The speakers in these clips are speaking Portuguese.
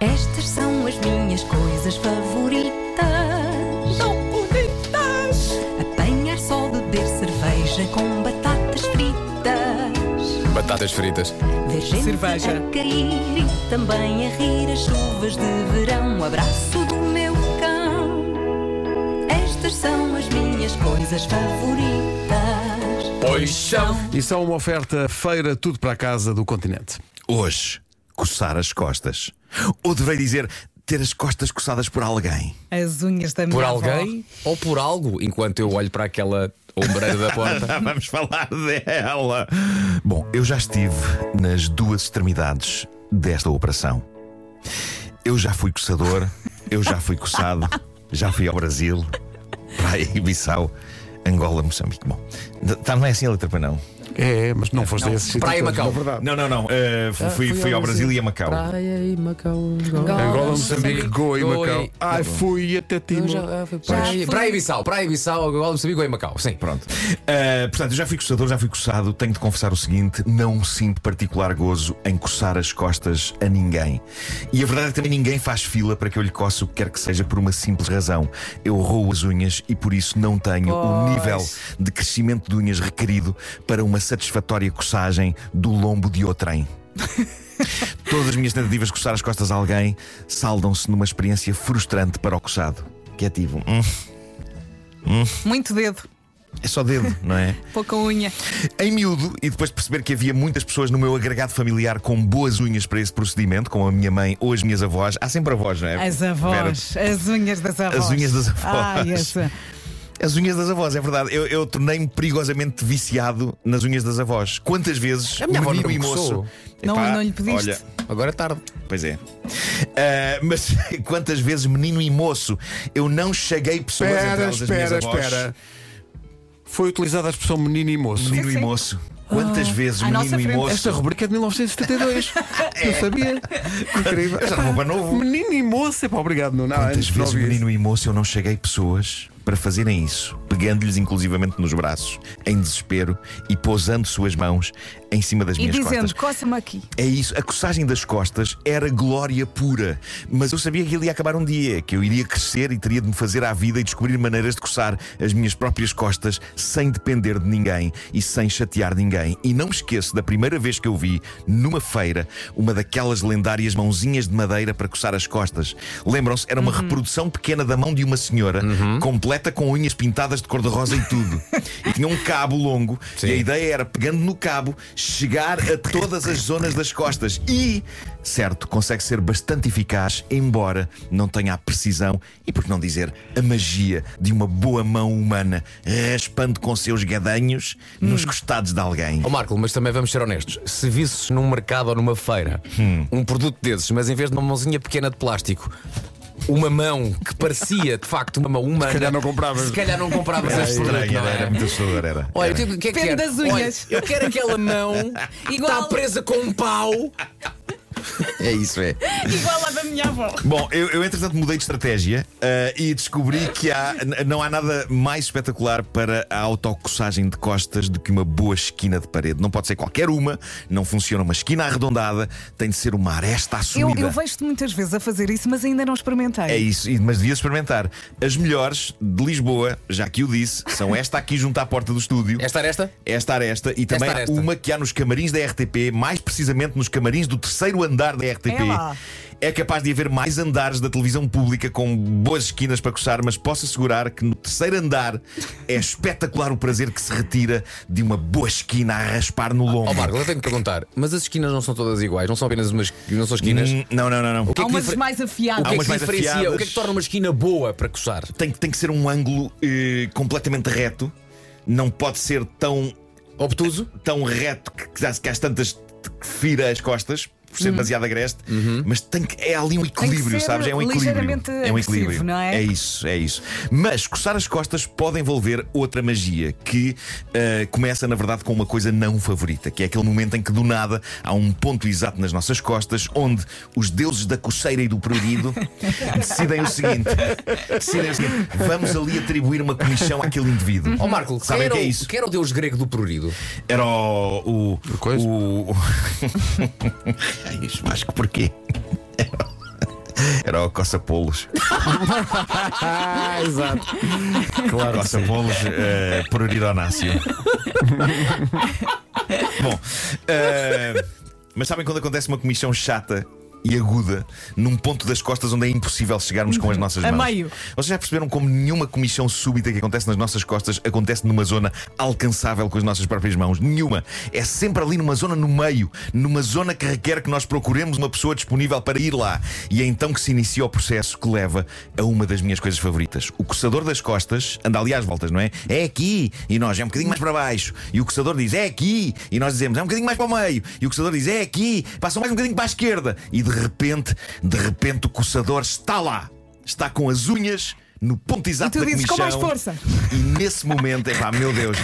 Estas são as minhas coisas favoritas. Tão bonitas! Apanhar sol, beber cerveja com batatas fritas. Batatas fritas. Ver gente Cerveja. a cair e também a rir as chuvas de verão. O abraço do meu cão. Estas são as minhas coisas favoritas. Pois são. E só uma oferta feira tudo para a casa do continente. Hoje, coçar as costas. Ou deverei dizer, ter as costas coçadas por alguém. As unhas da minha Por avó. alguém ou por algo, enquanto eu olho para aquela ombreira da porta. Ah, Vamos falar dela. Bom, eu já estive nas duas extremidades desta operação. Eu já fui coçador, eu já fui coçado, já fui ao Brasil, para Ibiçal, Angola, Moçambique. Bom, d- tá, não é assim a letra para não. É, mas não foste esse sítio Praia todo, Macau. na verdade. Não, não, não. eh, fui, fui, ao Brasil Ah, e a Macau. é. Praia e Macau. Angola, Moçambique, Goa e Goa Macau. e- Ai, fui até Eu Timor. já- ah, foi para- Praia, praia Bissau, Praia Bissau, agora não sabia que é em Macau. Sim. Pronto. Uh, portanto, eu já fui coçador, já fui coçado. Tenho de confessar o seguinte: não sinto particular gozo em coçar as costas a ninguém. E a verdade é que também ninguém faz fila para que eu lhe coce o que quer que seja por uma simples razão. Eu roo as unhas e por isso não tenho o nível de crescimento de unhas requerido para uma satisfatória coçagem do lombo de outrem. Todas as minhas tentativas de coçar as costas a alguém saldam-se numa experiência frustrante para o coçado. Que é tipo, hum, Muito dedo, é só dedo, não é? pouca unha. Em miúdo, e depois de perceber que havia muitas pessoas no meu agregado familiar com boas unhas para esse procedimento, como a minha mãe ou as minhas avós, há sempre avós, não é? As Vera? avós, as unhas das avós. Ah, As unhas das avós. Ai, essa. As unhas das avós, é verdade. Eu, eu tornei-me perigosamente viciado nas unhas das avós. Quantas vezes A minha avó menino nunca e me moço. coçou. Não- não lhe pediste? Olha, Agora é tarde. pois é. Ah, mas quantas vezes, menino e moço, eu não cheguei pessoas entre Espera, elas, as minhas espera, avós. espera. Foi utilizada a expressão menino e moço. Menino Sim, e sim. moço. Quantas vezes, à nossa menino e frente. moço. Esta rubrica é de 1972. É. Eu sabia. É. é Incrível. Eu já roupa é novo. Menino e moço, é pá, obrigado, Nuno. Há Quantas anos que não vezes, ouvi isso. menino e moço, eu não cheguei pessoas para fazerem isso, pegando-lhes inclusivamente nos braços, em desespero e pousando suas mãos em cima das E minhas dizendo, costas. coça-me aqui. É isso, a coçagem das costas era glória pura, mas eu sabia que ele ia acabar um dia, que eu iria crescer e teria de me fazer à vida e descobrir maneiras de coçar as minhas próprias costas sem depender de ninguém e sem chatear ninguém. E não me esqueço da primeira vez que eu vi, numa feira, uma daquelas lendárias mãozinhas de madeira para coçar as costas. Lembram-se, era uma reprodução pequena da mão de uma senhora, Uhum. completa com unhas pintadas de cor-de-rosa e tudo. e tinha um cabo longo, e a ideia era, pegando no cabo, chegar a todas as zonas das costas. E, certo, consegue ser bastante eficaz, embora não tenha a precisão e, por que não dizer, a magia de uma boa mão humana raspando com seus gadanhos nos Hum. costados de alguém. Ó Marco, mas também vamos ser honestos. Se visses num mercado ou numa feira um produto desses, mas em vez de uma mãozinha pequena de plástico, uma mão que parecia de facto uma mão humana. calhar não compravas. Se calhar não compravas Era este produto, estranho, não era, é? era muito assustador, era. Olha, eu Era. digo, o que é que Depende quero? das unhas. Olha, eu quero aquela mão que está Igual. presa com um pau. É isso, é. Igual à da minha avó. Bom, eu, eu entretanto mudei de estratégia ah, e descobri que há- n- não há nada mais espetacular para a autocossagem de costas do que uma boa esquina de parede. Não pode ser qualquer uma, não funciona uma esquina arredondada, tem de ser uma aresta Eu, assumida. eu vejo-te muitas vezes a fazer isso, mas ainda não experimentei. É isso, e- mas devia experimentar. As melhores de Lisboa, já que o disse, são esta aqui junto à porta do estúdio. Esta aresta? Esta aresta e também aresta. uma que há nos camarins da RTP, mais precisamente nos camarins do terceiro andar da RTP. É lá. É capaz de haver mais andares da televisão pública com boas esquinas para coçar, mas posso assegurar que no terceiro andar é espetacular o prazer que se retira de uma boa esquina a raspar no Ó lombo. Marco, eu tenho que perguntar, mas as esquinas não são todas iguais, não são apenas umas não são esquinas. Hum, não, não, não, não. O que Há é que umas difere- mais O afiadas. que é umas que mais diferencia? afiadas. O que é que torna uma esquina boa para coçar? Tem, tem que ser um ângulo eh, completamente reto, não pode ser tão Obtuso? tão reto que, que, às- que às tantas te- fira as costas por Uhum. ser demasiado agreste, mas tem que, é ali um equilíbrio, ser sabes? É um equilíbrio. ligeiramente É um equilíbrio. agressivo, não é? isso, é isso. Mas coçar as costas pode envolver outra magia que ah, começa, na verdade, com uma coisa não favorita, que é aquele momento em que do nada há um ponto exato nas nossas costas onde os deuses da coceira e do prurido decidem o seguinte: decidem o seguinte vamos ali atribuir uma comissão àquele indivíduo. Ó Marco, Sabem quem o era que é o- isso? quem era o deus grego do prurido? Era o. O. É coisa? o... Ai, Vasco, porquê? Era o Coçapolos. Ah, exato. Claro que sim. Coçapolos eh, por iridonácio. Bom, eh, mas sabem quando acontece uma comissão chata e aguda num ponto das costas onde é impossível chegarmos com as nossas Uhum. A mãos? meio. Vocês já perceberam como nenhuma comissão súbita que acontece nas nossas costas acontece numa zona alcançável com as nossas próprias mãos? Nenhuma. É sempre ali numa zona no meio, numa zona que requer que nós procuremos uma pessoa disponível para ir lá. E é então que se inicia o processo que leva a uma das minhas coisas favoritas. O coçador das costas anda ali às voltas, não é? É aqui! E nós é um bocadinho mais para baixo. E o coçador diz é aqui! E nós dizemos é um bocadinho mais para o meio. E o coçador diz é aqui! Passam mais um bocadinho para a esquerda. E de repente, de repente o coçador está lá está com as unhas no ponto exato E tu da dizes, comissão. "Com mais força." E nesse momento, epá, meu Deus,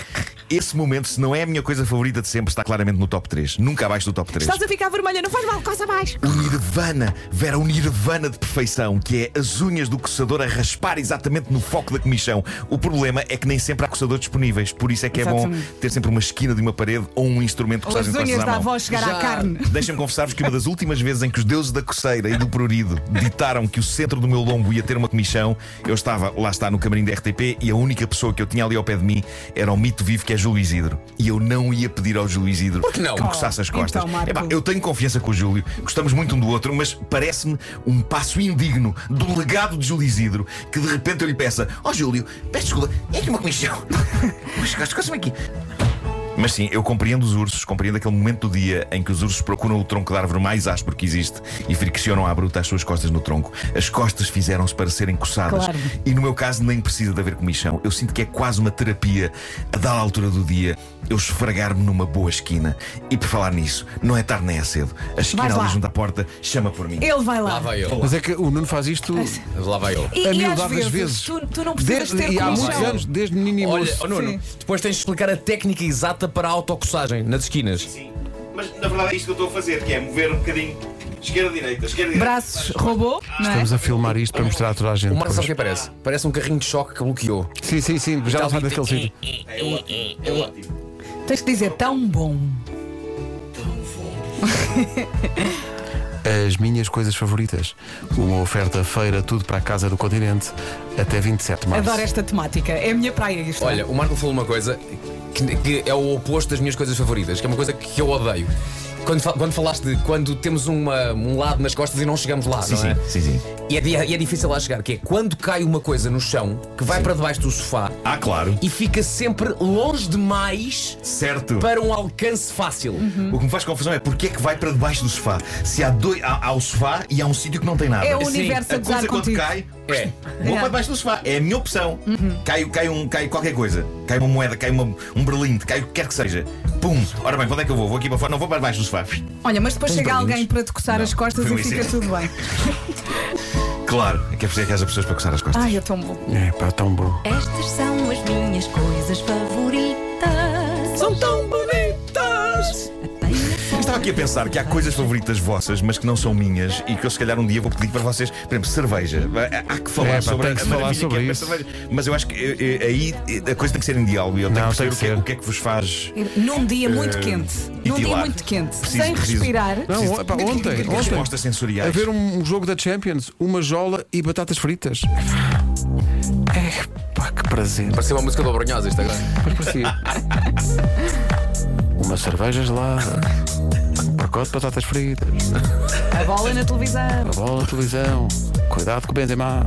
esse momento, se não é a minha coisa favorita de sempre, está claramente no top 3. Nunca abaixo do top 3. Estás a ficar vermelha, não faz mal, coça mais. O Nirvana, Vera, o Nirvana de perfeição, que é as unhas do coçador a raspar exatamente no foco da comissão. O problema é que nem sempre há coçadores disponíveis, por isso é que é Exatamente. bom ter sempre uma esquina de uma parede ou um instrumento de Ou as coçagem de costas unhas à da mão. avó chegar Já. à carne. Deixem-me confessar-vos que uma das últimas vezes em que os deuses da coceira e do prurido ditaram que o centro do meu lombo ia ter uma comissão, eu estava lá está no camarim da RTP e a única pessoa que eu tinha ali ao pé de mim era o mito vivo que é Júlio Isidro. E eu não ia pedir ao Júlio Isidro que não? que me coçasse as Então, costas. Marco. Epá, eu tenho confiança com o Júlio, gostamos muito um do outro, mas parece-me um passo indigno do legado de Júlio Isidro que de repente eu lhe peça: Ó Júlio, peço desculpa, é aqui uma comissão. Mas é coça-me aqui. Mas sim, eu compreendo os ursos, compreendo aquele momento do dia em que os ursos procuram o tronco de árvore mais áspero que existe e friccionam à bruta as suas costas no tronco. As costas fizeram-se para serem coçadas. Claro. E no meu caso nem precisa de haver comichão. Eu sinto que é quase uma terapia a dada altura do dia eu esfregar-me numa boa esquina. E por falar nisso, não é tarde nem é cedo. A esquina Vais lá. ali junto à porta chama por mim. Ele vai Lá lá. vai ele. Mas é que o Nuno faz isto Lá vai ele. E, a e às miudar das vezes, vezes. Tu, tu não precisas desde, ter e há comichão. muitos anos, desde menino e Olha, moço. oh, Nuno, Sim. depois tens de explicar a técnica exata para a autocossagem nas esquinas. Sim, mas na verdade é isto que eu estou a fazer, que é mover um bocadinho esquerda-direita, esquerda-direita. Braços robô, não é? Estamos a filmar isto para mostrar a toda a gente. O Marco sabe o que parece? Parece um carrinho de choque que bloqueou. Sim, sim, sim, já não sai daquele sítio. É ótimo. Tens que dizer tão bom. As minhas coisas favoritas. Uma oferta feira, tudo para a casa do continente, até 27 de março. Adoro esta temática. É a minha praia isto. Olha, o Marco falou uma coisa que, que é o oposto das minhas coisas favoritas, que é uma coisa que eu odeio. Quando, fa- quando falaste de quando temos uma- um lado nas costas e não chegamos lá, Sim, não é? sim, sim, sim. E é, di- e é difícil lá chegar, que é quando cai uma coisa no chão que vai para debaixo do sofá Ah, claro. e fica sempre longe demais Certo. para um alcance fácil. Hum. O que me faz confusão é porque é que vai para debaixo do sofá. Se há dois. Há, há o sofá e há um sítio que não tem nada. É o a universo a gozar coisa quando contigo. cai. É. Vou É. Uhum. para debaixo do sofá. É a minha opção. Cai, cai, um, cai qualquer coisa. Cai uma moeda, cai uma- um berlinde, cai o que quer que seja. Pum! Ora bem, para onde é que eu vou? Vou aqui para fora. Não vou para debaixo do sofá. Olha, mas depois chega bolinhos? alguém para te coçar as costas foi e um fica incêndio. tudo bem. Claro, é que é preciso que haja pessoas para coçar as costas. Ai, é tão bom. É pá, tão bom. Estas são as minhas coisas favoritas. São tão bonitas! Eu Estava aqui a pensar que há coisas favoritas vossas, mas que não são minhas e que eu se calhar um dia vou pedir para vocês, por exemplo, cerveja. Há que falar É, pá, sobre tem que a se falar maravilha sobre que é isso. beber cerveja. Mas eu acho que eh, eh, aí eh, a coisa tem que ser em diálogo e eu tenho Não, que tem perceber que ser. o que, é, o que é que vos faz. Num dia muito Eh, quente. e Num dia tirar. muito quente. Preciso- Sem preciso- respirar. Não, epá, ontem, Respostas ontem, sensoriais. a ver um um jogo da Champions, uma jola e batatas fritas. É pá, que prazer. Parecia uma música do Abronhosa, isto agora. Mas parecia. Uma cerveja gelada. um Pacote de batatas fritas, A bola é na televisão. a bola na televisão, cuidado com o Benzema.